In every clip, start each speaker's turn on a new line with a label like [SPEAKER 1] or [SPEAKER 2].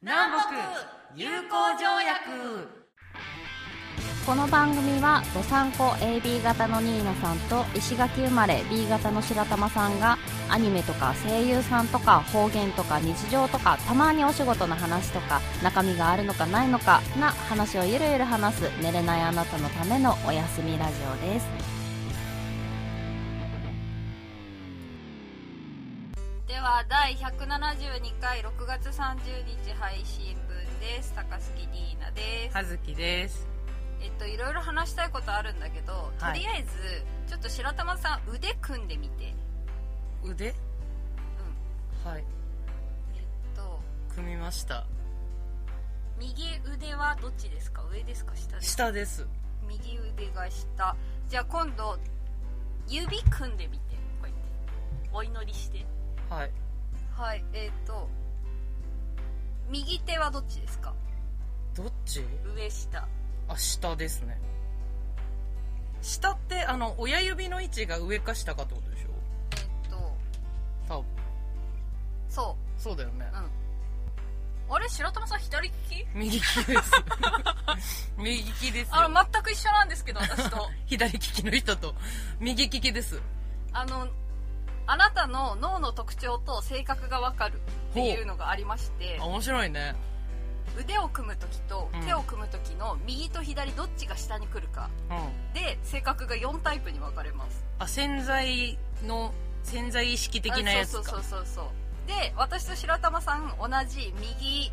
[SPEAKER 1] 南北友好条約
[SPEAKER 2] この番組はどさんこ AB 型のニーナさんと石垣生まれ B 型の白玉さんがアニメとか声優さんとか方言とか日常とかたまにお仕事の話とか中身があるのかないのかな話をゆるゆる話す寝れないあなたのためのおやすみラジオです
[SPEAKER 3] では第172回6月30日配信分です高杉リーナです、
[SPEAKER 1] 葉月です
[SPEAKER 3] えっといろいろ話したいことあるんだけど、
[SPEAKER 1] はい
[SPEAKER 3] とりあえずちょっと白玉さん腕組んでみてうん
[SPEAKER 1] 腕はい
[SPEAKER 3] えっと
[SPEAKER 1] 組みました
[SPEAKER 3] 右腕はどっちですか上ですか下ですか
[SPEAKER 1] 下です
[SPEAKER 3] 右腕が下じゃあ今度指組んでみてこうやってお祈りして
[SPEAKER 1] はい
[SPEAKER 3] はいえっと右手はどっちですか
[SPEAKER 1] どっち
[SPEAKER 3] 上下
[SPEAKER 1] あ下ですね下ってあの親指の位置が上か下かってことでしょ
[SPEAKER 3] えっと
[SPEAKER 1] 多分
[SPEAKER 3] そう
[SPEAKER 1] そうだよね
[SPEAKER 3] あれ白玉さん左利き
[SPEAKER 1] 右利き です右利きですよ
[SPEAKER 3] あの全く一緒なんですけど私 と
[SPEAKER 1] 左利きの人と右利きです
[SPEAKER 3] あのあなたの脳の特徴と性格がわかるっていうのがありまして
[SPEAKER 1] あ面白いね
[SPEAKER 3] 腕を組む時と
[SPEAKER 1] うん
[SPEAKER 3] 手を組む時の右と左どっちが下に来るか
[SPEAKER 1] うん
[SPEAKER 3] で性格が4タイプに分かれます
[SPEAKER 1] あ潜在の潜在意識的なやつ
[SPEAKER 3] あそ
[SPEAKER 1] か
[SPEAKER 3] うそうそうそうそうで私と白玉さん同じ右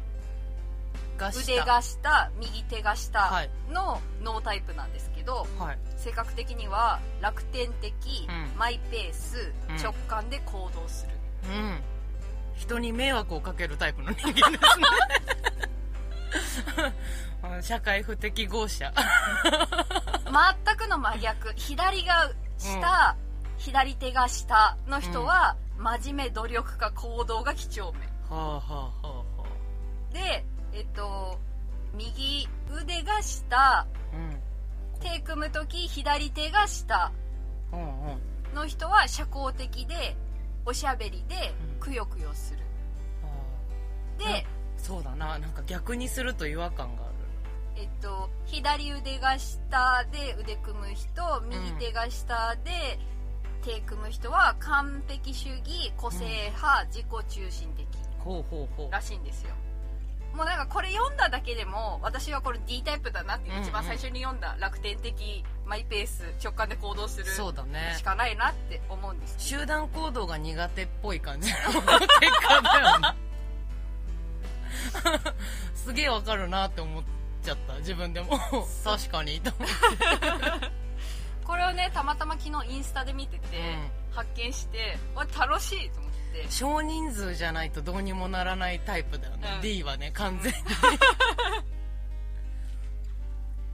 [SPEAKER 1] が下
[SPEAKER 3] 腕が下右手が
[SPEAKER 1] は
[SPEAKER 3] 下
[SPEAKER 1] い
[SPEAKER 3] の脳タイプなんですけど、
[SPEAKER 1] はい
[SPEAKER 3] 性格的には楽天的、
[SPEAKER 1] うん
[SPEAKER 3] マイペース、
[SPEAKER 1] うん
[SPEAKER 3] 直感で行動する
[SPEAKER 1] うん人に迷惑をかけるタイプの人間ですねあ 社会不適合者
[SPEAKER 3] 全くの真逆左が下、左手が下の人は、真面目努力家行動が几帳面
[SPEAKER 1] はあはあはあはあ
[SPEAKER 3] でえっと右腕が下
[SPEAKER 1] う
[SPEAKER 3] 手組む時左手が下
[SPEAKER 1] んうんうん
[SPEAKER 3] の人は社交的でおしゃべりで
[SPEAKER 1] うん
[SPEAKER 3] くよくよする、
[SPEAKER 1] あ
[SPEAKER 3] で、
[SPEAKER 1] そうだななんか逆にすると違和感がある
[SPEAKER 3] えっと、左腕が下で腕組む人右手が下で手組む人は完璧主義個性派、自己中心的
[SPEAKER 1] ほうほうほう
[SPEAKER 3] らしいんですよもうなんかこれ読んだだけでも私はこれ D タイプだなって
[SPEAKER 1] うんうん
[SPEAKER 3] 一番最初に読んだ楽天的マイペース直感で行動する
[SPEAKER 1] そう
[SPEAKER 3] し
[SPEAKER 1] だね
[SPEAKER 3] かないなって思うんですけど
[SPEAKER 1] 集団行動が苦手っぽい感じの結果だよね すげえわかるなって思っちゃった自分でも確かにと思って、
[SPEAKER 3] これをねたまたま昨日インスタで見てて、発見してわ楽しいと思って
[SPEAKER 1] 少人数じゃないとどうにもならないタイプだよね、
[SPEAKER 3] うん
[SPEAKER 1] D はね完全に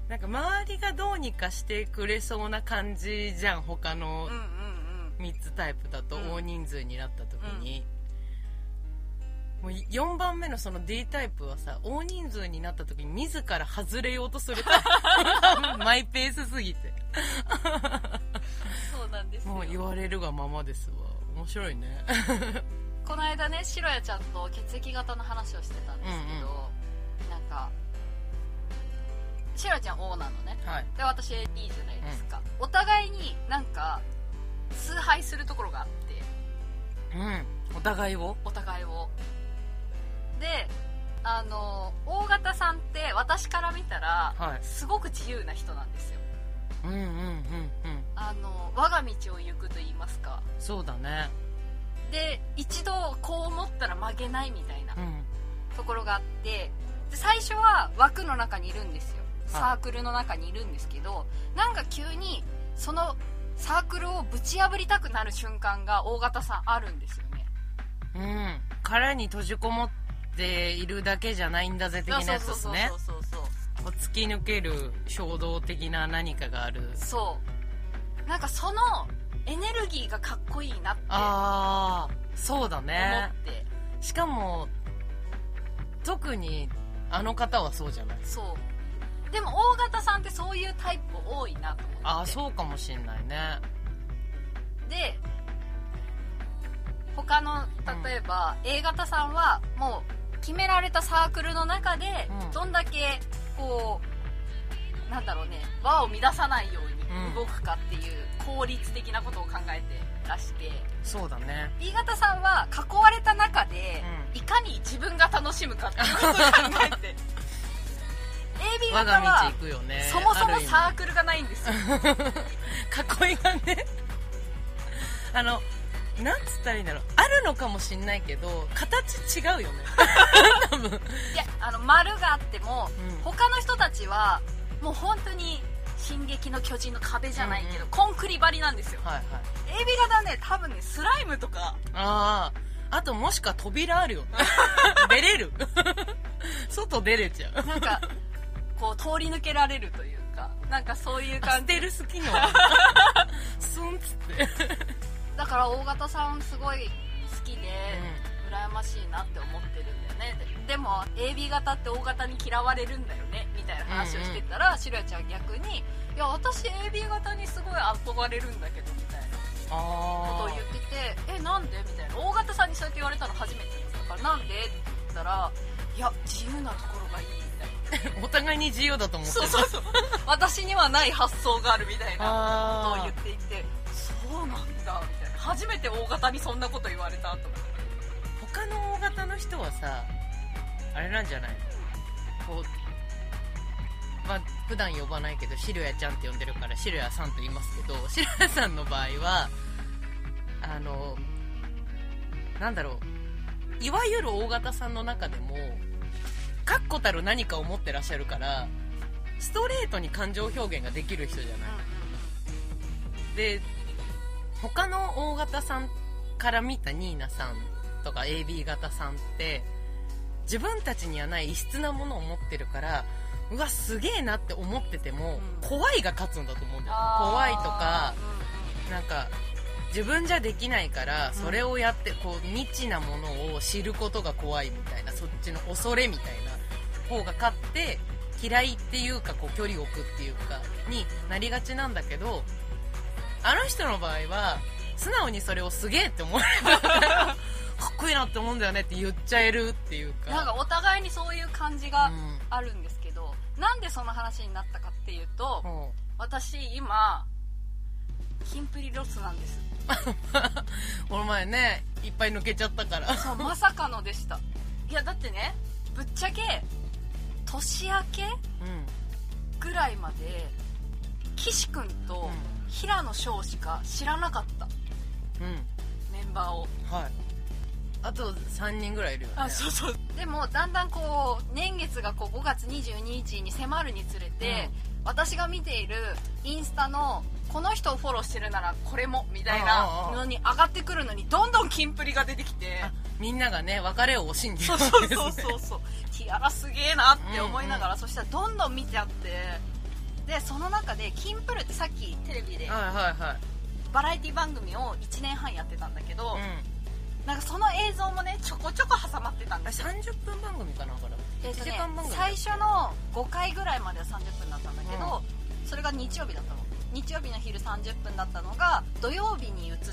[SPEAKER 1] なんか周りがどうにかしてくれそうな感じじゃん他の
[SPEAKER 3] うんうんうん
[SPEAKER 1] 3つタイプだと
[SPEAKER 3] うん
[SPEAKER 1] 大人数になった時に、もう4番目のその D タイプはさ大人数になった時に自ら外れようとするタイ プマイペースすぎて
[SPEAKER 3] そうなんですよ
[SPEAKER 1] もう言われるがままですわ面白いね
[SPEAKER 3] この間ね白やちゃんと血液型の話をしてたんですけど、なんか白やちゃん O なのね
[SPEAKER 1] はい
[SPEAKER 3] で私 AB じゃないですか、お互いになんか崇拝するところがあって
[SPEAKER 1] うんお互いを
[SPEAKER 3] お互いをであの O 型さんって私から見たら
[SPEAKER 1] はい
[SPEAKER 3] すごく自由な人なんですよ
[SPEAKER 1] うんうんうんうん
[SPEAKER 3] あの我が道を行くと言いますか
[SPEAKER 1] そうだね
[SPEAKER 3] で一度こう思ったら曲げないみたいな
[SPEAKER 1] うん
[SPEAKER 3] ところがあってで最初は枠の中にいるんですよ
[SPEAKER 1] はい
[SPEAKER 3] サークルの中にいるんですけどなんか急にそのサークルをぶち破りたくなる瞬間が大型さんあるんですよね
[SPEAKER 1] うん殻に閉じこもっているだけじゃないんだぜ的なやつですね
[SPEAKER 3] そうそうそうそう
[SPEAKER 1] こう突き抜ける衝動的な何かがある
[SPEAKER 3] そうそうなんかそのエネルギーがかっこいいなって思っ
[SPEAKER 1] ああそうだね
[SPEAKER 3] て、
[SPEAKER 1] しかも特にあの方はそうじゃない
[SPEAKER 3] そうでも大型さんってそういうタイプ多いなと思って
[SPEAKER 1] ああそうかもしんないね
[SPEAKER 3] で他の例えば、A 型さんはもう決められたサークルの中で、
[SPEAKER 1] うん
[SPEAKER 3] どんだけこうなんだろうね輪を乱さないよう
[SPEAKER 1] うん
[SPEAKER 3] に動くかっていう効率的なことを考えてらして
[SPEAKER 1] そうだね
[SPEAKER 3] B 型さんは囲われた中で、
[SPEAKER 1] う
[SPEAKER 3] いかに自分が楽しむかっていうことを考え て AB
[SPEAKER 1] 我が
[SPEAKER 3] 型
[SPEAKER 1] 道
[SPEAKER 3] は
[SPEAKER 1] 行くよね
[SPEAKER 3] そもそもサー
[SPEAKER 1] あ
[SPEAKER 3] クルがないんですよ
[SPEAKER 1] る意味囲いがね あのなんつったらいいんだろうあるのかもしんないけど形違うよね多分
[SPEAKER 3] いやあの丸があっても、
[SPEAKER 1] うん
[SPEAKER 3] 他の人たちはもう本当に「進撃の巨人」の壁じゃないけど、
[SPEAKER 1] うんうん
[SPEAKER 3] コンクリ張りなんですよ
[SPEAKER 1] はいはい
[SPEAKER 3] AB 型はね多分ねスライムとか
[SPEAKER 1] あああともしくは扉あるよ ね出れる 外出れちゃう
[SPEAKER 3] なん かこう通り抜けられるというかなんかそういう
[SPEAKER 1] カ
[SPEAKER 3] 感
[SPEAKER 1] ン
[SPEAKER 3] じ
[SPEAKER 1] テルス機能スンっつって、
[SPEAKER 3] だから大型さんすごい好きで、羨ましいなって思ってるんだよねででも AB 型って O 型に嫌われるんだよねみたいな話をしてたら、しろやちゃん逆に「いや私 AB 型にすごい憧れるんだけど」みたいなことを
[SPEAKER 1] あ
[SPEAKER 3] 言ってて「えなんで?」みたいな大型さんにそうやって言われたの初めてですだから「なんで?」って言ったら「いや自由なところがいい」みた いな
[SPEAKER 1] お互いに自由だと思って
[SPEAKER 3] そうそうそう私にはない発想があるみたいなことを
[SPEAKER 1] あ
[SPEAKER 3] 言っていて「そうなんだ」みたいな初めて大型にそんなこと言われたと思って
[SPEAKER 1] 他の大型の人はさあれなんじゃないこうまあ普段呼ばないけどシルヤちゃんって呼んでるからシルヤさんと言いますけどシルヤさんの場合はあのなんだろういわゆる大型さんの中でも確固たる何かを持ってらっしゃるからストレートに感情表現ができる人じゃないで他の大型さんから見たニーナさんとか AB 型さんって自分たちにはない異質なものを持ってるからうわすげえなって思ってても、
[SPEAKER 3] うん
[SPEAKER 1] 怖いが勝つんだと思うんだよ
[SPEAKER 3] あー
[SPEAKER 1] 怖いとか
[SPEAKER 3] うんうん
[SPEAKER 1] なんか自分じゃできないからそれをやって、こう未知なものを知ることが怖いみたいなそっちの恐れみたいな方が勝って嫌いっていうかこう距離を置くっていうかになりがちなんだけどあの人の場合は素直にそれをすげえって思われ るかっこいいなって思うんだよねって言っちゃえるっていうか
[SPEAKER 3] なんかお互いにそういう感じが
[SPEAKER 1] うん
[SPEAKER 3] あるんですけど、なんでその話になったかっていうと、
[SPEAKER 1] も
[SPEAKER 3] 私今キンプリロスなんです
[SPEAKER 1] うこの前ねいっぱい抜けちゃったから
[SPEAKER 3] そうまさかのでしたいやだってねぶっちゃけ年明け
[SPEAKER 1] う
[SPEAKER 3] ぐらいまで岸君と平野翔しか知らなかった
[SPEAKER 1] んうん
[SPEAKER 3] メンバーを
[SPEAKER 1] はいあと3人ぐらいいるよね
[SPEAKER 3] うそうでもだんだんこう年月がこう5月22日に迫るにつれて、私が見ているインスタのこの人をフォローしてるならこれもみたいなのに上がってくるのにどんどんキンプリが出てきて
[SPEAKER 1] あみんながね別れを惜しんでる
[SPEAKER 3] そうそうそうそうそうティアラすげえなって思いながら、そしたらどんどん見ちゃってでその中でキンプルってさっきテレビで
[SPEAKER 1] はいはいはい
[SPEAKER 3] バラエティ番組を1年半やってたんだけど、
[SPEAKER 1] う
[SPEAKER 3] なんかその映像もねちょこちょこ挟まってたん
[SPEAKER 1] んあ
[SPEAKER 3] ですよ
[SPEAKER 1] 30分番組かなこれ
[SPEAKER 3] えーと
[SPEAKER 1] 1時
[SPEAKER 3] ね
[SPEAKER 1] 間番組
[SPEAKER 3] 最初の5回ぐらいまでは30分だったんだけど、それが日曜日だったの日曜日の昼30分だったのが土曜日に移って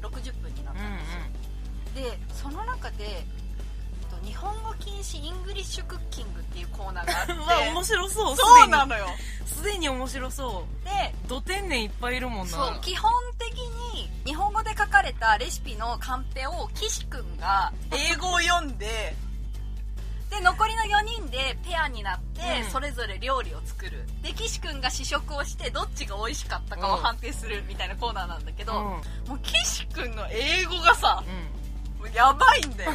[SPEAKER 3] 60分になっ
[SPEAKER 1] う
[SPEAKER 3] たんですよ、でその中でえっと日本語禁止イングリッシュクッキングっていうコーナーがあって
[SPEAKER 1] うわ面白そう
[SPEAKER 3] そうなのよ
[SPEAKER 1] すでにすでに面白そ
[SPEAKER 3] で
[SPEAKER 1] う土天然いっぱいいるもんな
[SPEAKER 3] そう基本的に日本語で書かれたレシピのカンペを岸くんが英語を読んで で残りの4人でペアになって、
[SPEAKER 1] うん
[SPEAKER 3] それぞれ料理を作るで岸くんが試食をしてどっちが美味しかったかを判定するみたいなコーナーなんだけど、
[SPEAKER 1] うん、うん
[SPEAKER 3] もう岸くんの英語がさもうやばいん だよ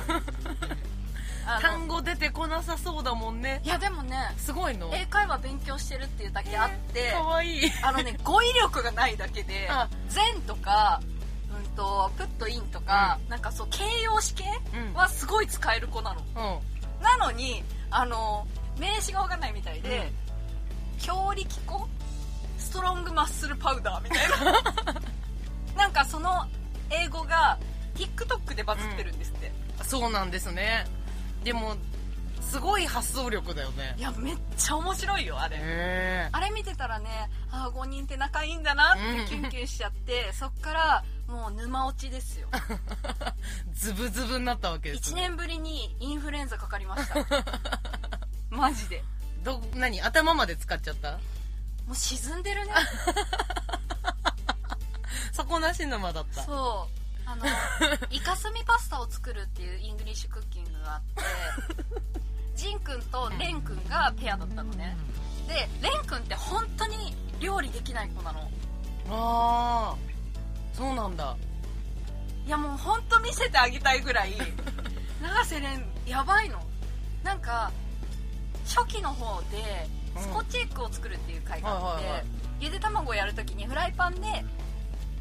[SPEAKER 3] あの
[SPEAKER 1] 単語出てこなさそうだもんね
[SPEAKER 3] いやでもね
[SPEAKER 1] すごいの
[SPEAKER 3] 英会話勉強してるっていうだけあって
[SPEAKER 1] かわいい
[SPEAKER 3] あのね語彙力がないだけで
[SPEAKER 1] あ
[SPEAKER 3] 「善」とか「うんとプットイン」とか、なんかそう形容詞系
[SPEAKER 1] うん
[SPEAKER 3] はすごい使える子なの
[SPEAKER 1] うん
[SPEAKER 3] なのにあの名詞が分かんないみたいで「強力粉」「ストロングマッスルパウダー」みたいな なんかその英語が TikTok でバズってるんですって、
[SPEAKER 1] そうなんですねでもすごい発想力だよね
[SPEAKER 3] いやめっちゃ面白いよあれ
[SPEAKER 1] へえ
[SPEAKER 3] あれ見てたらねああ5人って仲いいんだなってキュンキュンしちゃって、そっからもう沼落ちですよ
[SPEAKER 1] ズブズブになったわけです
[SPEAKER 3] 1
[SPEAKER 1] ね
[SPEAKER 3] 年ぶりにインフルエンザかかりました マジで
[SPEAKER 1] ど何頭まで使っちゃった
[SPEAKER 3] もう沈んでるね
[SPEAKER 1] 底なし沼だった
[SPEAKER 3] そう あのイカスミパスタを作るっていうイングリッシュクッキングがあってジンくんとレンくんがペアだったのねでレンくんって本当に料理できない子なの
[SPEAKER 1] ああそうなんだ
[SPEAKER 3] いやもう本当見せてあげたい ぐらい永瀬廉やばいのなんか初期の方で
[SPEAKER 1] うん
[SPEAKER 3] スコッチエッグを作るっていう回があっ
[SPEAKER 1] はいはいはい
[SPEAKER 3] てゆで卵をやるときにフライパンで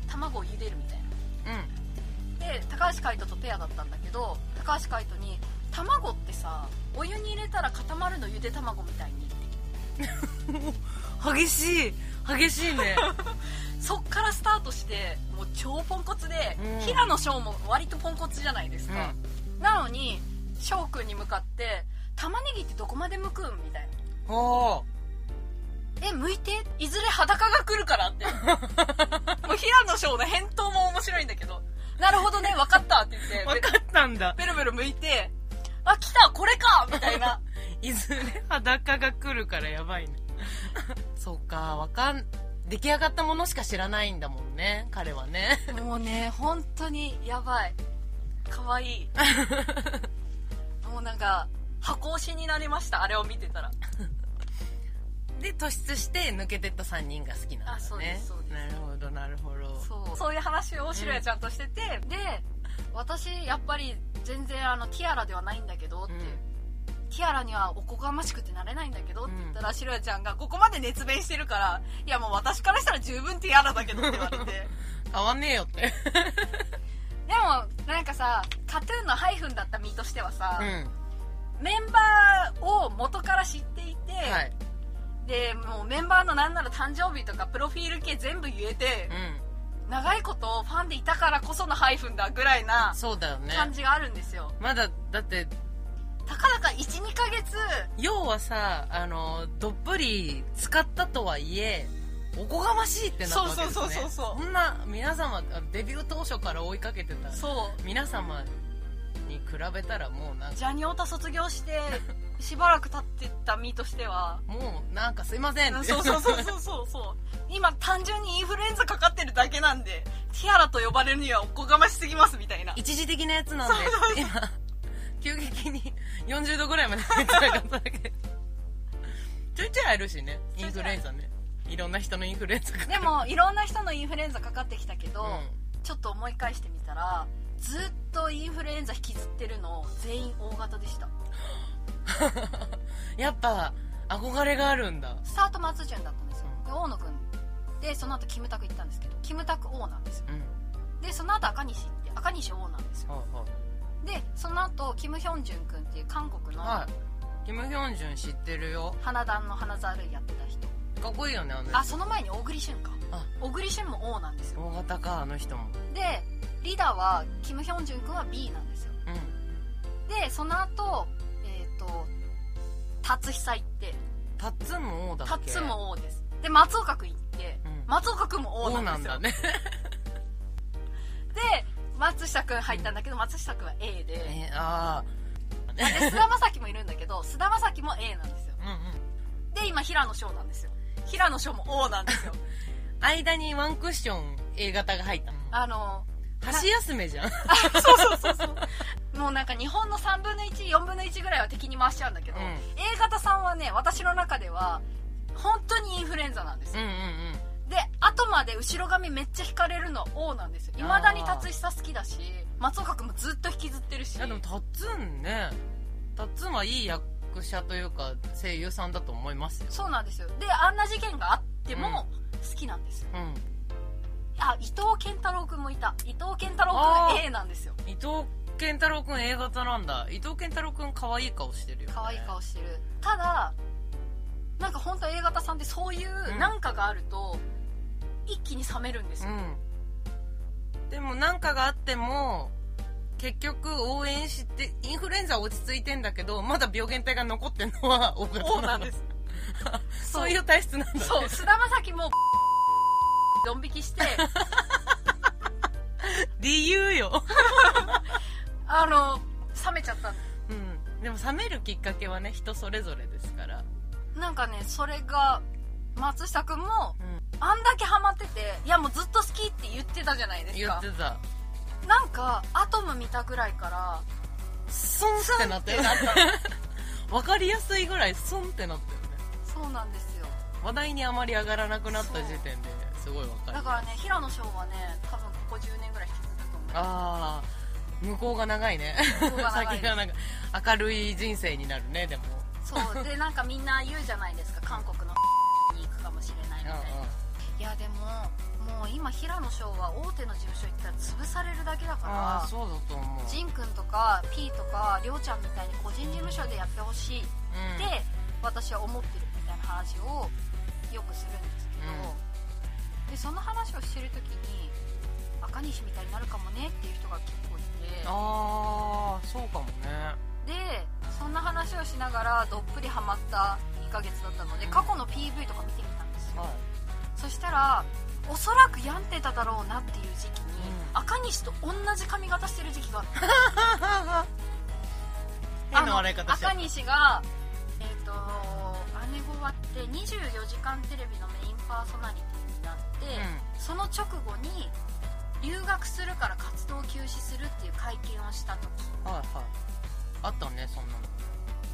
[SPEAKER 3] 卵を茹でるみたい
[SPEAKER 1] うん
[SPEAKER 3] なで高橋海人とペアだったんだけど高橋海人に「卵ってさお湯に入れたら固まるのゆで卵みたいに」って
[SPEAKER 1] 激しい激しい ね
[SPEAKER 3] そっからスタートしてもう超ポンコツで、
[SPEAKER 1] うん
[SPEAKER 3] 平野翔も割とポンコツじゃないですか、なのに翔くんに向かって「玉ねぎってどこまで剥くん?」みたい
[SPEAKER 1] うんおー
[SPEAKER 3] な「え剥いていずれ裸が来るから」ってもう平野翔の返答も面白いんだけど「なるほどね分かった」って言って
[SPEAKER 1] 分かったんだ
[SPEAKER 3] ベロベロ剥いて「あ来たこれか!」みたいな
[SPEAKER 1] いずれ裸が来るからやばいね そうかわかん出来上がったものしか知らないんだもんね彼はね
[SPEAKER 3] もうね本当にやばい可愛いもうなんか箱推しになりましたあれを見てたら
[SPEAKER 1] で突出して抜けてった3人が好きなんだね
[SPEAKER 3] あそうですそうです
[SPEAKER 1] なるほどなるほど
[SPEAKER 3] そうそういう話を白谷ちゃんとしてて、で私やっぱり全然あのティアラではないんだけどって、
[SPEAKER 1] うん
[SPEAKER 3] ティアラにはおこがましくてなれないんだけどって言ったら、白谷ちゃんがここまで熱弁してるからいやもう私からしたら十分ティアラだけどって言われ てで
[SPEAKER 1] 合わねえよって
[SPEAKER 3] もなんかさカトゥーンのハイフンだった身としてはさ、
[SPEAKER 1] う
[SPEAKER 3] メンバーを元から知っていて、
[SPEAKER 1] んはい
[SPEAKER 3] でもうメンバーのなんなら誕生日とかプロフィール系全部言えて、
[SPEAKER 1] う
[SPEAKER 3] 長いことファンでいたからこそのハイフンだぐらいなん
[SPEAKER 1] そうだよね
[SPEAKER 3] 感じがあるんですよ、
[SPEAKER 1] まだだって
[SPEAKER 3] たかだか12ヶ月
[SPEAKER 1] 要はさあのどっぷり使ったとはいえおこがましいってなったわけです、ね、
[SPEAKER 3] そうそうそうそうそう
[SPEAKER 1] そんな皆様あデビュー当初から追いかけてた
[SPEAKER 3] そう
[SPEAKER 1] 皆様に比べたらもうなんか
[SPEAKER 3] ジャニオタ卒業してしばらく経ってた身としては
[SPEAKER 1] もうなんかすいません
[SPEAKER 3] そうそうそうそうそうそう今単純にインフルエンザかかってるだけなんでティアラと呼ばれるにはおこがましすぎますみたいな
[SPEAKER 1] 一時的なやつなんでって今急激に40度ぐらいまで熱が上がっただけでちょいちょいあるしねインフルエンザねいろんな人のインフルエンザが
[SPEAKER 3] でもいろんな人のインフルエンザかかってきたけど、
[SPEAKER 1] う
[SPEAKER 3] ちょっと思い返してみたらずっとインフルエンザ引きずってるの全員大型でした
[SPEAKER 1] んやっぱ憧れがあるんだ
[SPEAKER 3] スタート松潤だったんですよで大野くんでその後キムタク行ったんですけどキムタク王なんですよ
[SPEAKER 1] うん
[SPEAKER 3] でその後赤西行って赤西王なんですよ
[SPEAKER 1] は
[SPEAKER 3] でその後キム・ヒョンジュン君っていう韓国
[SPEAKER 1] い
[SPEAKER 3] の
[SPEAKER 1] はいはいキム・ヒョンジュン知ってるよ
[SPEAKER 3] 花壇の花ざるいやってた人、
[SPEAKER 1] かっこいいよねあの人
[SPEAKER 3] あその前に小栗旬か
[SPEAKER 1] あ
[SPEAKER 3] 小栗旬も O なんですよ
[SPEAKER 1] 大型かあの人も
[SPEAKER 3] でリーダーはキム・ヒョンジュン君は B なんですよ
[SPEAKER 1] うん
[SPEAKER 3] でその後えっ、と達久行って
[SPEAKER 1] タッツンも王だっけ
[SPEAKER 3] 達も O ですで松岡君行って
[SPEAKER 1] うん
[SPEAKER 3] 松岡君も O
[SPEAKER 1] 王な
[SPEAKER 3] な
[SPEAKER 1] んん
[SPEAKER 3] ですよ
[SPEAKER 1] だね
[SPEAKER 3] で松下君入ったんだけど松下君は A で
[SPEAKER 1] ねあ
[SPEAKER 3] で菅田将暉もいるんだけど菅田将暉も A なんですよ
[SPEAKER 1] あうんうん
[SPEAKER 3] で今平野翔なんですよ平野翔も O なんですよ
[SPEAKER 1] 間にワンクッション A 型が入ったの
[SPEAKER 3] あの
[SPEAKER 1] 箸休めじゃん
[SPEAKER 3] そうそうそうそうもうなんか日本の3分の14分の1ぐらいは敵に回しちゃうんだけど、
[SPEAKER 1] うん
[SPEAKER 3] A 型さんはね私の中では本当にインフルエンザなんです
[SPEAKER 1] うん
[SPEAKER 3] よ、
[SPEAKER 1] うん
[SPEAKER 3] で後まで後ろ髪めっちゃ引かれるの O なんですよいまだに達久好きだし松岡君もずっと引きずってるし
[SPEAKER 1] いやでもタッツンねタッツンはいい役者というか声優さんだと思いますよ
[SPEAKER 3] そうなんですよであんな事件があっても好きなんですよ、
[SPEAKER 1] うん
[SPEAKER 3] あ伊藤健太郎君もいた伊藤健太郎
[SPEAKER 1] あ
[SPEAKER 3] 君
[SPEAKER 1] ー
[SPEAKER 3] A なんですよ
[SPEAKER 1] 伊藤健太郎くん A 型なんだ伊藤健太郎くん可愛い顔してるよ、ね、
[SPEAKER 3] 可愛い顔してるただなんか本当 A 型さんってそういうなんかがあると、一気に冷めるんですよ、
[SPEAKER 1] うんでも何かがあっても結局応援してインフルエンザは落ち着いてんだけどまだ病原体が残ってんのは大型
[SPEAKER 3] そうなんです
[SPEAKER 1] そういう体質なんだね
[SPEAKER 3] そう菅田将暉もドン引きして
[SPEAKER 1] 理由よ、
[SPEAKER 3] あの冷めちゃったんだ
[SPEAKER 1] うん、でも冷めるきっかけはね人それぞれですから
[SPEAKER 3] なんかねそれが松下君も、
[SPEAKER 1] う
[SPEAKER 3] あんだけハマってていやもうずっと好きって言ってたじゃないです
[SPEAKER 1] 言っ
[SPEAKER 3] か
[SPEAKER 1] てた
[SPEAKER 3] なんかアトム見たぐらいから
[SPEAKER 1] スンってなっ
[SPEAKER 3] ったて
[SPEAKER 1] よ
[SPEAKER 3] なった
[SPEAKER 1] 分かりやすいぐらいスンってなったよね
[SPEAKER 3] そうなんですよ
[SPEAKER 1] 話題にあまり上がらなくなった時点ですごい分かる
[SPEAKER 3] だからね平野翔はね多分ここ10年ぐらい引きずると思う
[SPEAKER 1] ああ向こうが長いね
[SPEAKER 3] 向こうが長い
[SPEAKER 1] 先がなんか明るい人生になるねでも
[SPEAKER 3] そうでなんかみんな言うじゃないですか韓国のに行くかもしれないみ
[SPEAKER 1] うん
[SPEAKER 3] たいな、いやでももう今平野翔は大手の事務所行ったら潰されるだけだ
[SPEAKER 1] ああ
[SPEAKER 3] か
[SPEAKER 1] そうだと思う
[SPEAKER 3] らジンくんとか P とかりょうちゃんみたいに個人事務所でやってほしいって
[SPEAKER 1] うん
[SPEAKER 3] 私は思ってるみたいな話をよくするんですけど、でその話をしてる時に赤西みたいになるかもねっていう人が結構いて
[SPEAKER 1] ああそうかもね
[SPEAKER 3] でそんな話をしながらどっぷりハマった2ヶ月だったので過去の PV とか見てみたんですよ
[SPEAKER 1] は
[SPEAKER 3] そしたらおそらく病んでただろうなっていう時期に、
[SPEAKER 1] うん
[SPEAKER 3] 赤西と同じ髪型してる時期があった
[SPEAKER 1] い変な笑い方しちゃ
[SPEAKER 3] あ
[SPEAKER 1] っ
[SPEAKER 3] の赤西がえっ、と姉御はって『24時間テレビ』のメインパーソナリティになって、
[SPEAKER 1] う
[SPEAKER 3] その直後に留学するから活動休止するっていう会見をした時
[SPEAKER 1] たはいはいあったねそんなの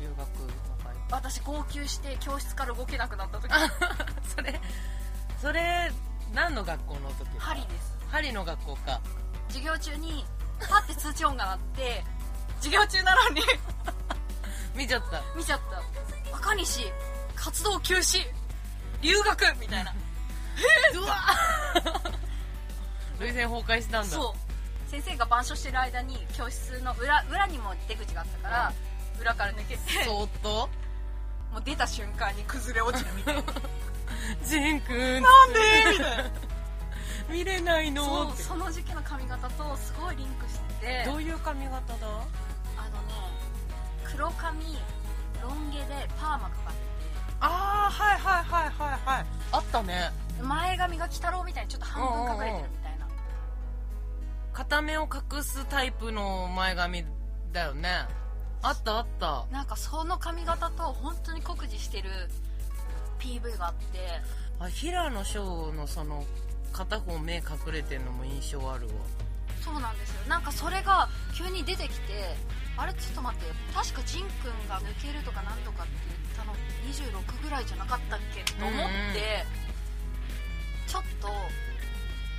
[SPEAKER 1] 留学の会
[SPEAKER 3] 私号泣して教室から動けなくなった時
[SPEAKER 1] それそれ何の学校の時
[SPEAKER 3] ハリです
[SPEAKER 1] ハリの学校か
[SPEAKER 3] 授業中にパッて通知音が鳴って授業中なのに
[SPEAKER 1] 見ちゃった
[SPEAKER 3] 見ちゃった赤西活動休止留学みたいな
[SPEAKER 1] うわ 涙腺崩壊したんだ
[SPEAKER 3] そう先生が板書してる間に教室の裏裏にも出口があったから裏から抜けて
[SPEAKER 1] そーっと
[SPEAKER 3] もう出た瞬間に崩れ落ちるみたいな
[SPEAKER 1] ジンくんなんで
[SPEAKER 3] みたいな
[SPEAKER 1] 見れないの
[SPEAKER 3] そう
[SPEAKER 1] って
[SPEAKER 3] その時期の髪型とすごいリンクしてて
[SPEAKER 1] どういう髪型だ
[SPEAKER 3] あのね黒髪ロン毛でパーマかかって
[SPEAKER 1] ああはいはいはいはいはいあったね
[SPEAKER 3] て前髪が鬼太郎みたいにちょっと半分隠れてるみたいな
[SPEAKER 1] 片目を隠すタイプの前髪だよねあったあった
[SPEAKER 3] なんかその髪型と本当に酷似してる PV があって
[SPEAKER 1] あ平野翔のその片方目隠れてんのも印象あるわ
[SPEAKER 3] そうなんですよなんかそれが急に出てきてあれちょっと待って確か仁君が抜けるとかなんとかって言ったの26ぐらいじゃなかったっけと思っ
[SPEAKER 1] うん
[SPEAKER 3] て、
[SPEAKER 1] うん
[SPEAKER 3] ちょっと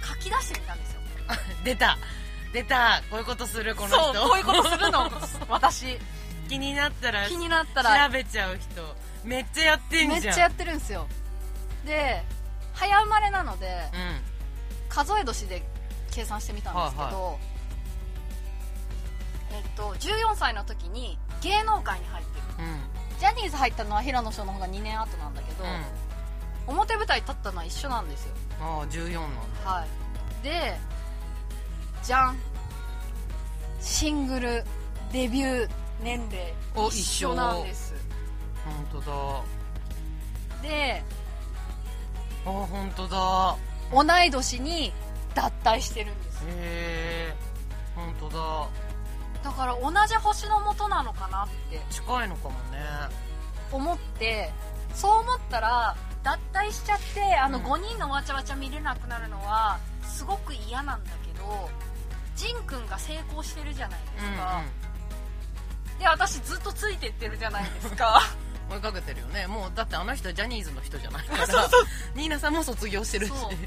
[SPEAKER 3] 書き出してみたんですよ
[SPEAKER 1] 出た出たこういうことするこの人
[SPEAKER 3] そう こういうことするの 私
[SPEAKER 1] 気になったら
[SPEAKER 3] 気
[SPEAKER 1] 調
[SPEAKER 3] になったら
[SPEAKER 1] べちゃう人めっちゃやってんじ
[SPEAKER 3] め
[SPEAKER 1] ゃ
[SPEAKER 3] っ
[SPEAKER 1] ん
[SPEAKER 3] ちゃやってるんですよで早生まれなので、
[SPEAKER 1] う
[SPEAKER 3] 数え年で計算してみたんですけど、
[SPEAKER 1] はい
[SPEAKER 3] えっと、14歳の時に芸能界に入ってる
[SPEAKER 1] んうん
[SPEAKER 3] ジャニーズ入ったのは平野翔の方が2年後なんだけど、
[SPEAKER 1] うん
[SPEAKER 3] 表舞台立ったのは一緒なんですよ
[SPEAKER 1] ああ14なんだ
[SPEAKER 3] はいでじゃんシングルデビュー年齢
[SPEAKER 1] お
[SPEAKER 3] 一緒なんです
[SPEAKER 1] 本当だあ
[SPEAKER 3] で
[SPEAKER 1] 本当だ
[SPEAKER 3] 同い年に脱退してるんです
[SPEAKER 1] へえ本当だ
[SPEAKER 3] だから同じ星の元なのかなって
[SPEAKER 1] 近いのかもね
[SPEAKER 3] 思ってそう思ったら脱退しちゃってあの
[SPEAKER 1] うん
[SPEAKER 3] 5人のわちゃわちゃ見れなくなるのはすごく嫌なんだけどジンくんが成功してるじゃないですか、で私ずっとついてってるじゃないです か
[SPEAKER 1] 追いかけてるよねもうだってあの人はジャニーズの人じゃない からニーナさんも卒業してるし
[SPEAKER 3] そうっ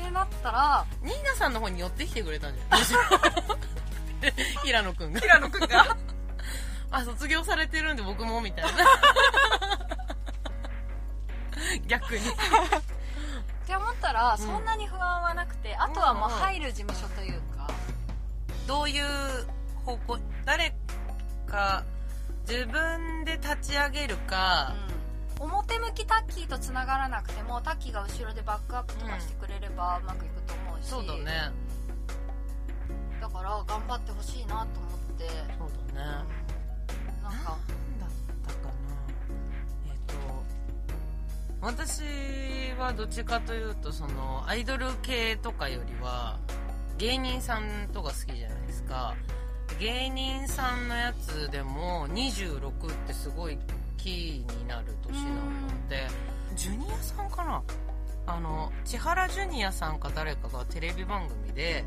[SPEAKER 3] てなったら
[SPEAKER 1] ニーナさんの方に寄ってきてくれたんじゃない 平野くんが
[SPEAKER 3] 平野くんが
[SPEAKER 1] あ卒業されてるんで僕もみたいな 逆に
[SPEAKER 3] って思ったらそんなに不安はなくて、あとはもう入る事務所というか、
[SPEAKER 1] どういう方向誰か自分で立ち上げるか、
[SPEAKER 3] うん表向きタッキーとつながらなくてもタッキーが後ろでバックアップとかしてくれればうまくいくと思うし、
[SPEAKER 1] そうだね
[SPEAKER 3] だから頑張ってほしいなと思って
[SPEAKER 1] そうだね
[SPEAKER 3] なんか
[SPEAKER 1] 何だったかなえっ、と私はどっちかというとそのアイドル系とかよりは芸人さんとか好きじゃないですか芸人さんのやつでも26ってすごいキーになる年なのでジュニアさんかなあの千原ジュニアさんか誰かがテレビ番組で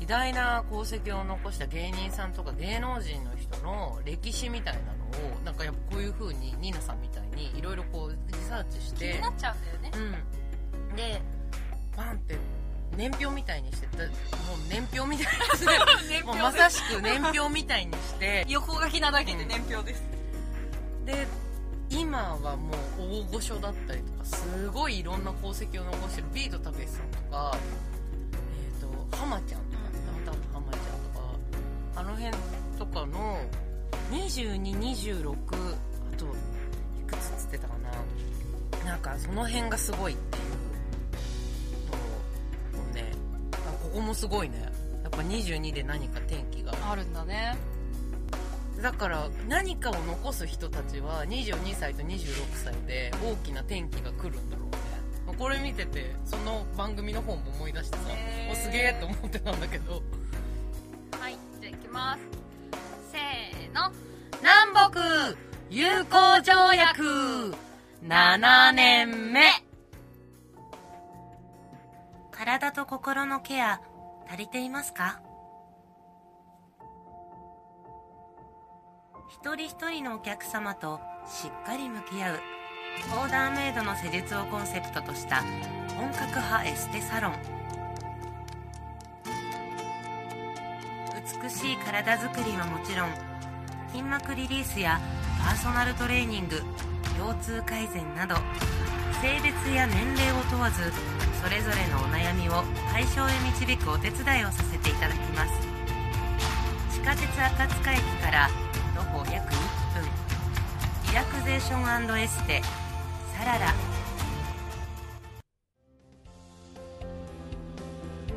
[SPEAKER 1] 偉大な功績を残した芸人さんとか芸能人の人の歴史みたいなのをなんかやっぱこういう風にニーナさんみたいにいろいろこうリサーチし
[SPEAKER 3] 気
[SPEAKER 1] て
[SPEAKER 3] になっちゃうんだよね
[SPEAKER 1] うん、でパンって年表みたいにしてだもう年表みたいにして
[SPEAKER 3] 年
[SPEAKER 1] もうまさしく年表みたいにして
[SPEAKER 3] 横書きなだけで年表です、
[SPEAKER 1] で今はもう大御所だったりとかすごいいろんな功績を残してるビートたけしさんとかえっ、とハマちゃんとかダウンタウンのハマちゃんとかあの辺とかの2226あといくつっつってたかななんかその辺がすごいっていうのをねあここもすごいねやっぱ22で何か転機が
[SPEAKER 3] あるんだね
[SPEAKER 1] だから何かを残す人たちは22歳と26歳で大きな転機が来るんだろうねこれ見ててその番組の方も思い出してさ
[SPEAKER 3] へー
[SPEAKER 1] おすげえと思ってたんだけど
[SPEAKER 3] はいじゃあいきますせーの
[SPEAKER 1] 南北友好条約7年目
[SPEAKER 4] 体と心のケア足りていますか一人一人のお客様としっかり向き合うオーダーメイドの施術をコンセプトとした本格派エステサロン美しい体づくりはもちろん筋膜リリースやパーソナルトレーニング腰痛改善など性別や年齢を問わずそれぞれのお悩みを解消へ導くお手伝いをさせていただきます地下鉄赤塚駅から徒歩約1分リラクゼーションエステサララ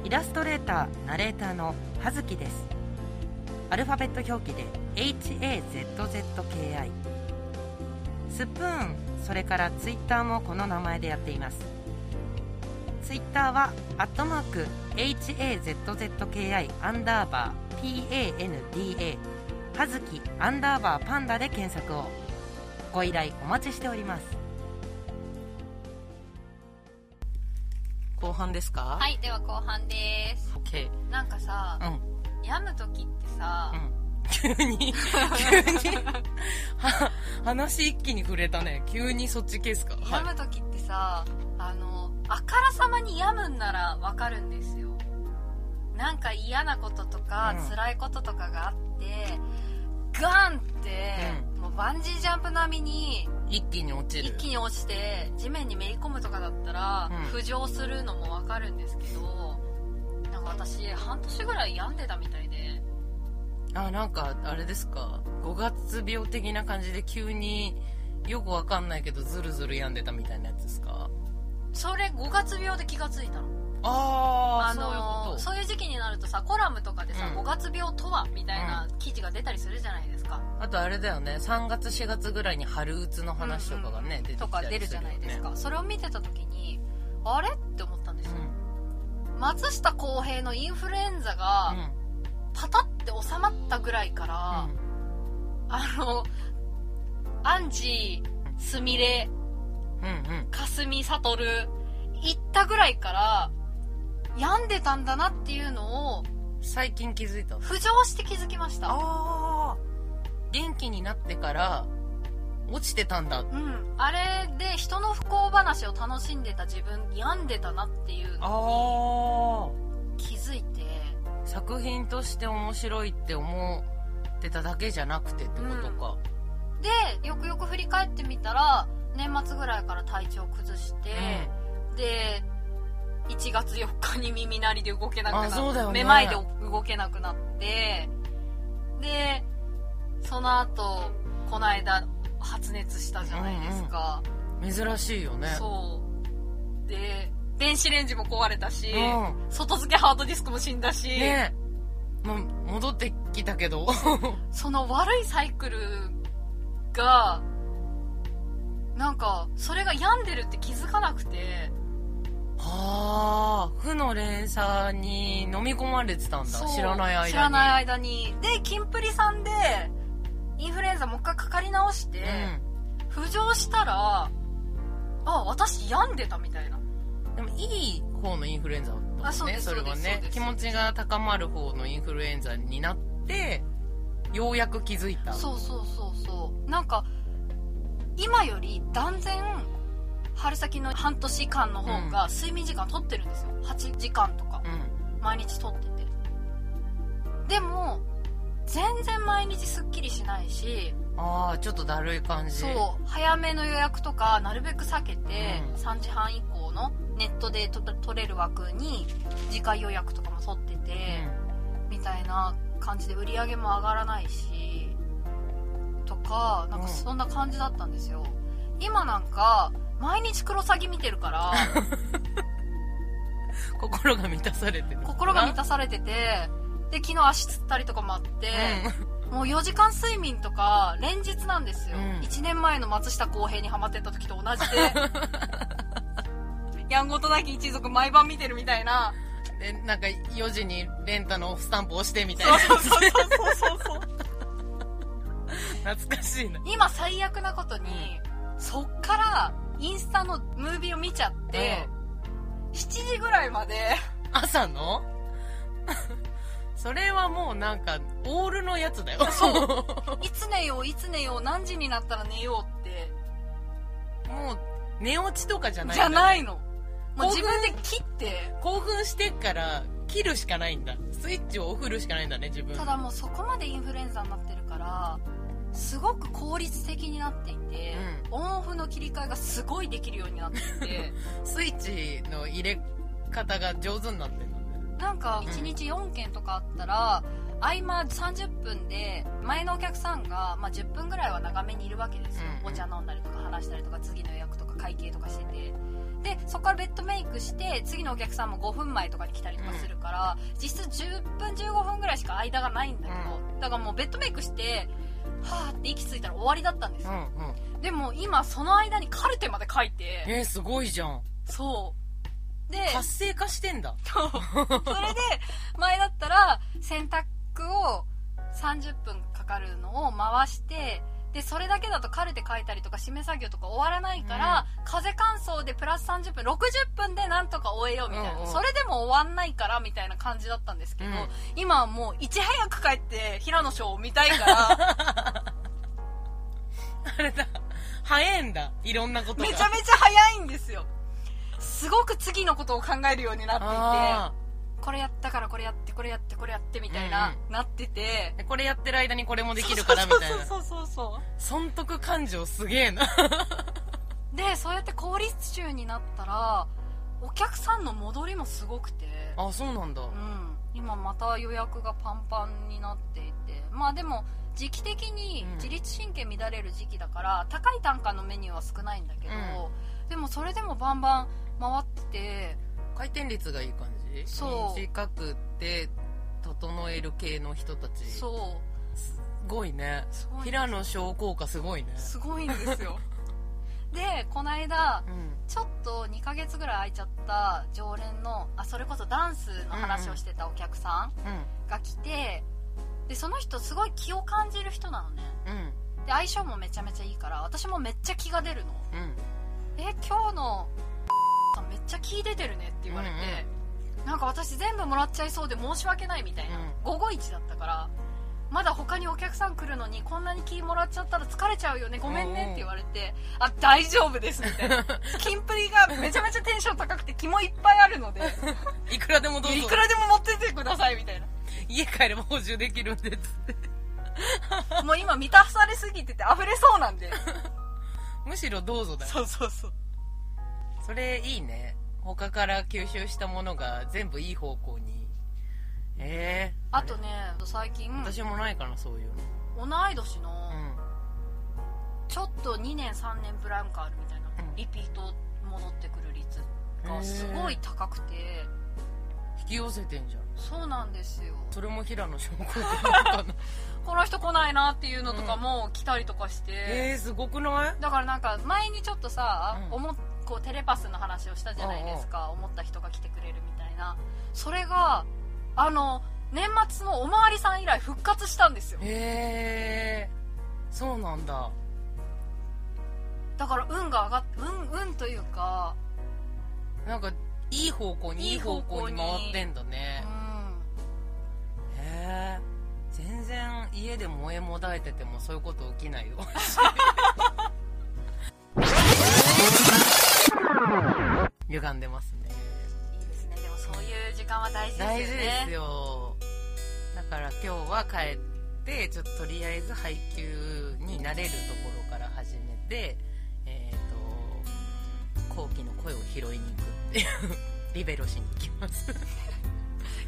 [SPEAKER 4] イラストレーターナレーターの葉月ですアルファベット表記で HAZZKI スプーンそれからツイッターもこの名前でやっていますツイッターは「アットマーク #HAZZKI アンダーバー PANDA」「はずきアンダーバーパンダ」で検索をご依頼お待ちしております
[SPEAKER 1] 後半ですか
[SPEAKER 3] はいいでは後半です
[SPEAKER 1] オッケ
[SPEAKER 3] なんかさ
[SPEAKER 1] ーうん
[SPEAKER 3] 病む時ってさ、
[SPEAKER 1] 急に急には話一気に触れたね急にそっち系ですかはい
[SPEAKER 3] 病む時ってさあのあからさまに病むんならわかるんですよなんか嫌なこととか、
[SPEAKER 1] うん
[SPEAKER 3] 辛いこととかがあってガンって、もうバンジージャンプ並みに
[SPEAKER 1] 一気に落ちる
[SPEAKER 3] 一気に落ちて地面にめり込むとかだったら、
[SPEAKER 1] うん
[SPEAKER 3] 浮上するのもわかるんですけどなんか私半年ぐらい病んでたみたいで
[SPEAKER 1] あなんかあれですか5月病的な感じで急によくわかんないけどずるずる病んでたみたいなやつですか
[SPEAKER 3] それ5月病で気がついたの
[SPEAKER 1] ああ
[SPEAKER 3] あの
[SPEAKER 1] そういうこ
[SPEAKER 3] そういう時期になるとさコラムとかでさ、
[SPEAKER 1] うん
[SPEAKER 3] 5月病とはみたいな記事が出たりするじゃないですか、
[SPEAKER 1] とあとあれだよね3月4月ぐらいに春うつの話とかがね、出てき
[SPEAKER 3] と
[SPEAKER 1] た
[SPEAKER 3] か
[SPEAKER 1] りするよね
[SPEAKER 3] 出るじゃないですか、それを見てた時にあれって思ったんですよ、松下洸平のインフルエンザ
[SPEAKER 1] うんう
[SPEAKER 3] が
[SPEAKER 1] ん
[SPEAKER 3] パタって収まったぐらいから、あのアンジーすみれ
[SPEAKER 1] うんうん
[SPEAKER 3] かすみさとる行ったぐらいから病んでたんだなっていうのを
[SPEAKER 1] 最近気づいた
[SPEAKER 3] 浮上して気づきました
[SPEAKER 1] ああ元気になってから落ちてたんだ
[SPEAKER 3] うん、あれで人の不幸話を楽しんでた自分病んでたなっていうの
[SPEAKER 1] あ
[SPEAKER 3] に気づいて
[SPEAKER 1] あ作品として面白いって思ってただけじゃなくてってことか、
[SPEAKER 3] でよくよく振り返ってみたら年末ぐらいから体調崩して、で1月4日に耳鳴りで動けなくな
[SPEAKER 1] あそうだ
[SPEAKER 3] っ
[SPEAKER 1] よ
[SPEAKER 3] て、
[SPEAKER 1] ね
[SPEAKER 3] めまいで動けなくなってでその後この間発熱したじゃないですか、
[SPEAKER 1] うん珍しいよね
[SPEAKER 3] そうで電子レンジも壊れたし、
[SPEAKER 1] う
[SPEAKER 3] 外付けハードディスクも死んだし、
[SPEAKER 1] んねえ、ま、戻ってきたけ ど
[SPEAKER 3] その悪いサイクルがなんかそれが病んでるって気づかなくて
[SPEAKER 1] はあ負の連鎖に飲み込まれてたんだ
[SPEAKER 3] そう
[SPEAKER 1] 知らない間に
[SPEAKER 3] 知らない間にでキンプリさんでインフルエンザもう一回かかり直して、浮上したらあ私病んでたみたいな
[SPEAKER 1] うん、でもいい方のインフルエンザだったもんね
[SPEAKER 3] あそうです
[SPEAKER 1] それは
[SPEAKER 3] そうですそう
[SPEAKER 1] ね
[SPEAKER 3] です
[SPEAKER 1] 気持ちが高まる方のインフルエンザになってようやく気づいた
[SPEAKER 3] そうそうそうそうなんか今より断然春先の半年間の方が睡眠時間取ってるんですよ8時間とか
[SPEAKER 1] うん
[SPEAKER 3] 毎日取っててでも全然毎日すっきりしないし
[SPEAKER 1] ああちょっとだるい感じ
[SPEAKER 3] そう早めの予約とかなるべく避けて、
[SPEAKER 1] うん
[SPEAKER 3] 3時半以降のネットでと取れる枠に次回予約とかも取ってて、
[SPEAKER 1] う
[SPEAKER 3] みたいな感じで売り上げも上がらないしとかなん
[SPEAKER 1] う
[SPEAKER 3] か
[SPEAKER 1] ん
[SPEAKER 3] そんな感じだったんですよ、今なんか毎日クロサギ見てるか
[SPEAKER 1] ん、
[SPEAKER 3] ら
[SPEAKER 1] 心が満たされてる
[SPEAKER 3] 心が満
[SPEAKER 1] さ
[SPEAKER 3] たされててで昨日足つったりとかもあって、もう4時間睡眠とか連日なんですよ、
[SPEAKER 1] うん
[SPEAKER 3] 1年前の松下洸平にハマってた時と同じで やんごとなき一族毎晩見てるみたいな
[SPEAKER 1] うん、でなんか4時にレンタのスタンプ押してみたい
[SPEAKER 3] そう
[SPEAKER 1] な
[SPEAKER 3] そうそうそうそうそう
[SPEAKER 1] 懐かしいな
[SPEAKER 3] 今最悪なことに、そっからインスタのムービーを見ちゃって、7時ぐらい まで
[SPEAKER 1] 朝の それはもうなんかオールのやつだよ
[SPEAKER 3] そいつ寝よういつ寝よう何時になったら寝ようって
[SPEAKER 1] もう寝落ちとかじゃない
[SPEAKER 3] じゃないいの
[SPEAKER 1] 興
[SPEAKER 3] もう
[SPEAKER 1] 奮
[SPEAKER 3] 自分で切って
[SPEAKER 1] 興奮してっから切るしかないんだスイッチをオフるしかないんだね自分
[SPEAKER 3] ただもうそこまでインフルエンザになってるからすごく効率的になっていて、オンオフの切り替えがすごいできるようになってい て
[SPEAKER 1] スイッチの入れ方が上手になってるの
[SPEAKER 3] なんか1日4件とかあったら合間30分で前のお客さんが、まあ、10分ぐらいは長めにいるわけですよ、
[SPEAKER 1] うん
[SPEAKER 3] お茶飲んだりとか話したりとか次の予約とか会計とかしててでそこからベッドメイクして次のお客さんも5分前とかに来たりとかするから、実質10分15分ぐらいしか間がないんだけど、だからもうベッドメイクしてはーって息ついたら終わりだったんですよ、
[SPEAKER 1] うんうん
[SPEAKER 3] でも今その間にカルテまで書いて
[SPEAKER 1] えー、すごいじゃん
[SPEAKER 3] そうで
[SPEAKER 1] 活性化してんだ
[SPEAKER 3] そう それで前だったら洗濯を30分かかるのを回してでそれだけだとカルテ書いたりとか締め作業とか終わらないから、風乾燥でプラス30分60分でなんとか終えようみたいな、
[SPEAKER 1] うんうん
[SPEAKER 3] それでも終わんないからみたいな感じだったんですけど、
[SPEAKER 1] うん
[SPEAKER 3] 今はもういち早く帰って平野翔を見たいから
[SPEAKER 1] あれだ早えんだいろんなことが
[SPEAKER 3] めちゃめちゃ早いんですよすごく次のことを考えるようになっていて
[SPEAKER 1] あ
[SPEAKER 3] これやったからこれやってこれやってこれやってみたいな、
[SPEAKER 1] うん
[SPEAKER 3] なってて
[SPEAKER 1] ーこれやってる間にこれもできるからみたいな
[SPEAKER 3] そうそうそうそう
[SPEAKER 1] 損得感情すげえな
[SPEAKER 3] そうでそうやって効率中になったらお客さんの戻りもすごくて
[SPEAKER 1] あそうなんだ
[SPEAKER 3] うん今また予約がパンパンになっていてまあでも時期的に
[SPEAKER 1] うん
[SPEAKER 3] 自律神経乱れる時期だから、高い単価のメニューは少ないんだけど、でもそれでもバンバン回って
[SPEAKER 1] 回転率がいい感じ
[SPEAKER 3] そう
[SPEAKER 1] 短くて整える系の人たち
[SPEAKER 3] て
[SPEAKER 1] す
[SPEAKER 3] そう
[SPEAKER 1] ごいね
[SPEAKER 3] すごい
[SPEAKER 1] 平野翔効果すごいね
[SPEAKER 3] すごいんで すよでこの間
[SPEAKER 1] うん
[SPEAKER 3] ちょっと2ヶ月ぐらい空いちゃった常連のあそれこそダンスの話をしてたお客さ
[SPEAKER 1] うん
[SPEAKER 3] が来て、でその人すごい気を感じる人なのね
[SPEAKER 1] んうん
[SPEAKER 3] で相性もめちゃめちゃいいから私もめっちゃ気が出るの
[SPEAKER 1] うん
[SPEAKER 3] え今日のさんめっちゃ気出てるねって言われて、なんか私全部もらっちゃいそうで申し訳ないみたいな、
[SPEAKER 1] うん
[SPEAKER 3] 午後一だったからまだ他にお客さん来るのにこんなに気もらっちゃったら疲れちゃうよねごめんねって言われて、あ大丈夫ですみたい なキンプリがめちゃめちゃテンション高くて気もいっぱいあるので
[SPEAKER 1] いくらでもどうぞ
[SPEAKER 3] いくらでも持ってってくださいみたい
[SPEAKER 1] 家帰れば補充できるんでっつって
[SPEAKER 3] なもう今満たされすぎてて溢れそうなんで
[SPEAKER 1] むしろどうぞだよ
[SPEAKER 3] そうそうそう
[SPEAKER 1] それいいね他から吸収したものが全部いい方向にええ
[SPEAKER 3] あとね最近同い
[SPEAKER 1] 私もないかなそういうの
[SPEAKER 3] 年の
[SPEAKER 1] うん
[SPEAKER 3] ちょっと2年3年ブランクあるみたいな、
[SPEAKER 1] うん
[SPEAKER 3] リピート戻ってくる率がすごい高くて
[SPEAKER 1] 引き寄せてんじゃん
[SPEAKER 3] そうなんですよ
[SPEAKER 1] それも平野翔効果なのかな
[SPEAKER 3] この人来ないなっていうのとかも来たりとかし て、
[SPEAKER 1] えー、すごくない
[SPEAKER 3] だからなんか前にちょっとさ、
[SPEAKER 1] うん
[SPEAKER 3] 思っこうテレパスの話をしたじゃないですか思った人が来てくれるみたいなそれがあの年末のおまわりさん以来復活したんですよ
[SPEAKER 1] へえそうなんだ
[SPEAKER 3] だから運が上がっ運運というか
[SPEAKER 1] なんかいい方向にい
[SPEAKER 3] い
[SPEAKER 1] い
[SPEAKER 3] い
[SPEAKER 1] 方
[SPEAKER 3] 方
[SPEAKER 1] 向
[SPEAKER 3] 向
[SPEAKER 1] に
[SPEAKER 3] に
[SPEAKER 1] 回ってんだ
[SPEAKER 3] う
[SPEAKER 1] ね
[SPEAKER 3] ん
[SPEAKER 1] へえ全然家で萌えもだえててもそういうこと起きないよ 歪んでますね
[SPEAKER 3] いいですねでもそういう時間は大事ですよね
[SPEAKER 1] 大事ですよだから今日は帰ってちょっととりあえず配給になれるところから始めてえっ、と後期の声を拾いに行くっていう リベロしに行きます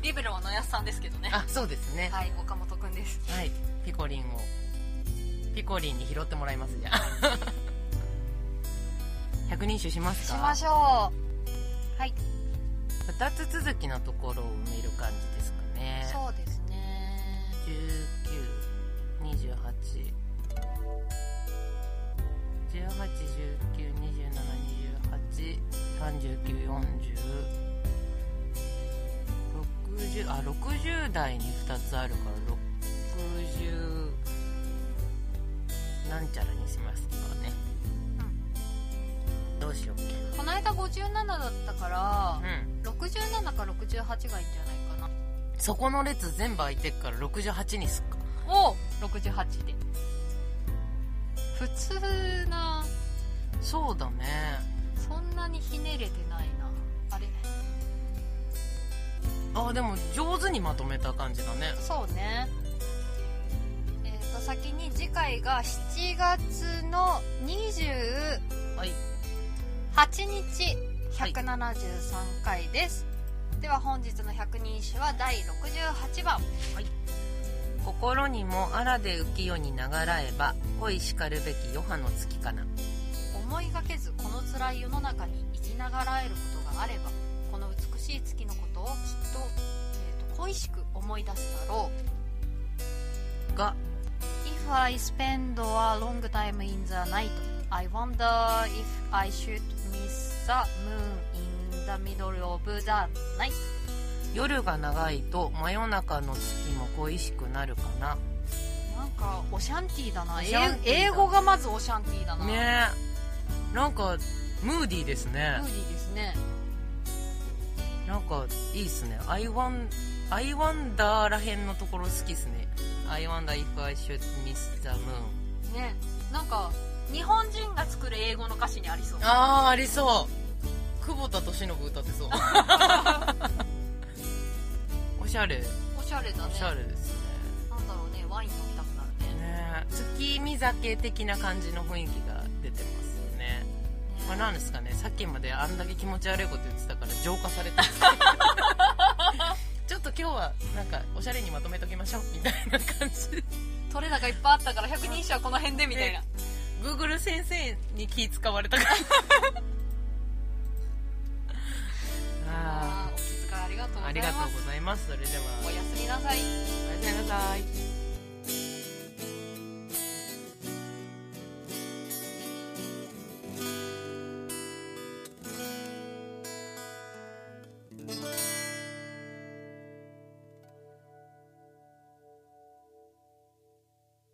[SPEAKER 3] リベロは野安さんですけどね
[SPEAKER 1] あそうですね
[SPEAKER 3] はい岡本くんです
[SPEAKER 1] はい、ピコリンをピコリンに拾ってもらいますじゃあ 百人種します
[SPEAKER 3] し
[SPEAKER 1] か
[SPEAKER 3] ましょ
[SPEAKER 1] 2つ続きのところを埋める感じですか
[SPEAKER 3] う
[SPEAKER 1] ね
[SPEAKER 3] そうですね
[SPEAKER 1] 192818192728394060あ60代に2つあるから60なんちゃらにしますかね、どうしよう
[SPEAKER 3] この間57だったか
[SPEAKER 1] う、
[SPEAKER 3] ら
[SPEAKER 1] ん
[SPEAKER 3] 67か68がいいんじゃないかな
[SPEAKER 1] そこの列全部空いてっから68にすっか
[SPEAKER 3] を68で普通な
[SPEAKER 1] そうだね
[SPEAKER 3] そんなにひねれてないなあれ
[SPEAKER 1] あでも上手にまとめた感じだね
[SPEAKER 3] そうねえっ、と先に次回が7月の28
[SPEAKER 1] はい
[SPEAKER 3] 日
[SPEAKER 1] はい
[SPEAKER 3] 173回です、では本日の百人一首は第68番
[SPEAKER 1] 心にも荒で浮世に流らえば恋しかるべき余波の月かな
[SPEAKER 3] 思いがけずこの辛い世の中に生きながらえることがあればこの美しい月のことをきっと,、えーと恋しく思い出すだろう
[SPEAKER 1] が
[SPEAKER 3] If I spend a long time in the night I wonder if I should miss the moon in the middle of the night
[SPEAKER 1] 夜が長いと真夜中の月も恋しくなるかな
[SPEAKER 3] なんかオシャンティーだな
[SPEAKER 1] オシャンティーだ
[SPEAKER 3] 英英語がまずオシャンティーだな、
[SPEAKER 1] ねえなんかムーディーです
[SPEAKER 3] ム
[SPEAKER 1] ね
[SPEAKER 3] ーディーですね
[SPEAKER 1] なんかいいっすね「I wan- I wonder」らへんのところ好きっすね「I wonder if I should miss the moon
[SPEAKER 3] ねなんか日本人が作る英語の歌詞にありそう」
[SPEAKER 1] ああありそう久保田利伸歌ってそうおしゃれ
[SPEAKER 3] おしゃれだ
[SPEAKER 1] お
[SPEAKER 3] ね
[SPEAKER 1] しゃれですね
[SPEAKER 3] なんだろうねワイン飲みたくなるね
[SPEAKER 1] ね月見酒的な感じの雰囲気が出てますよねこれ何ですかねさっきまであんだけ気持ち悪いこと言ってたから浄化されてるちょっと今日はなんかおしゃれにまとめときましょうみたいな感じで
[SPEAKER 3] 取れ高いっぱいあったから百人一首はこの辺でみたいな、
[SPEAKER 1] ね Google 先生に気使われたからあ
[SPEAKER 3] あーお気遣いありがとうご
[SPEAKER 1] ー
[SPEAKER 3] ざ
[SPEAKER 1] あ
[SPEAKER 3] い
[SPEAKER 1] りがと
[SPEAKER 3] ま
[SPEAKER 1] う
[SPEAKER 3] す
[SPEAKER 1] ございますそれでは
[SPEAKER 3] おやすみなさ
[SPEAKER 1] お
[SPEAKER 3] い
[SPEAKER 1] やすみなさい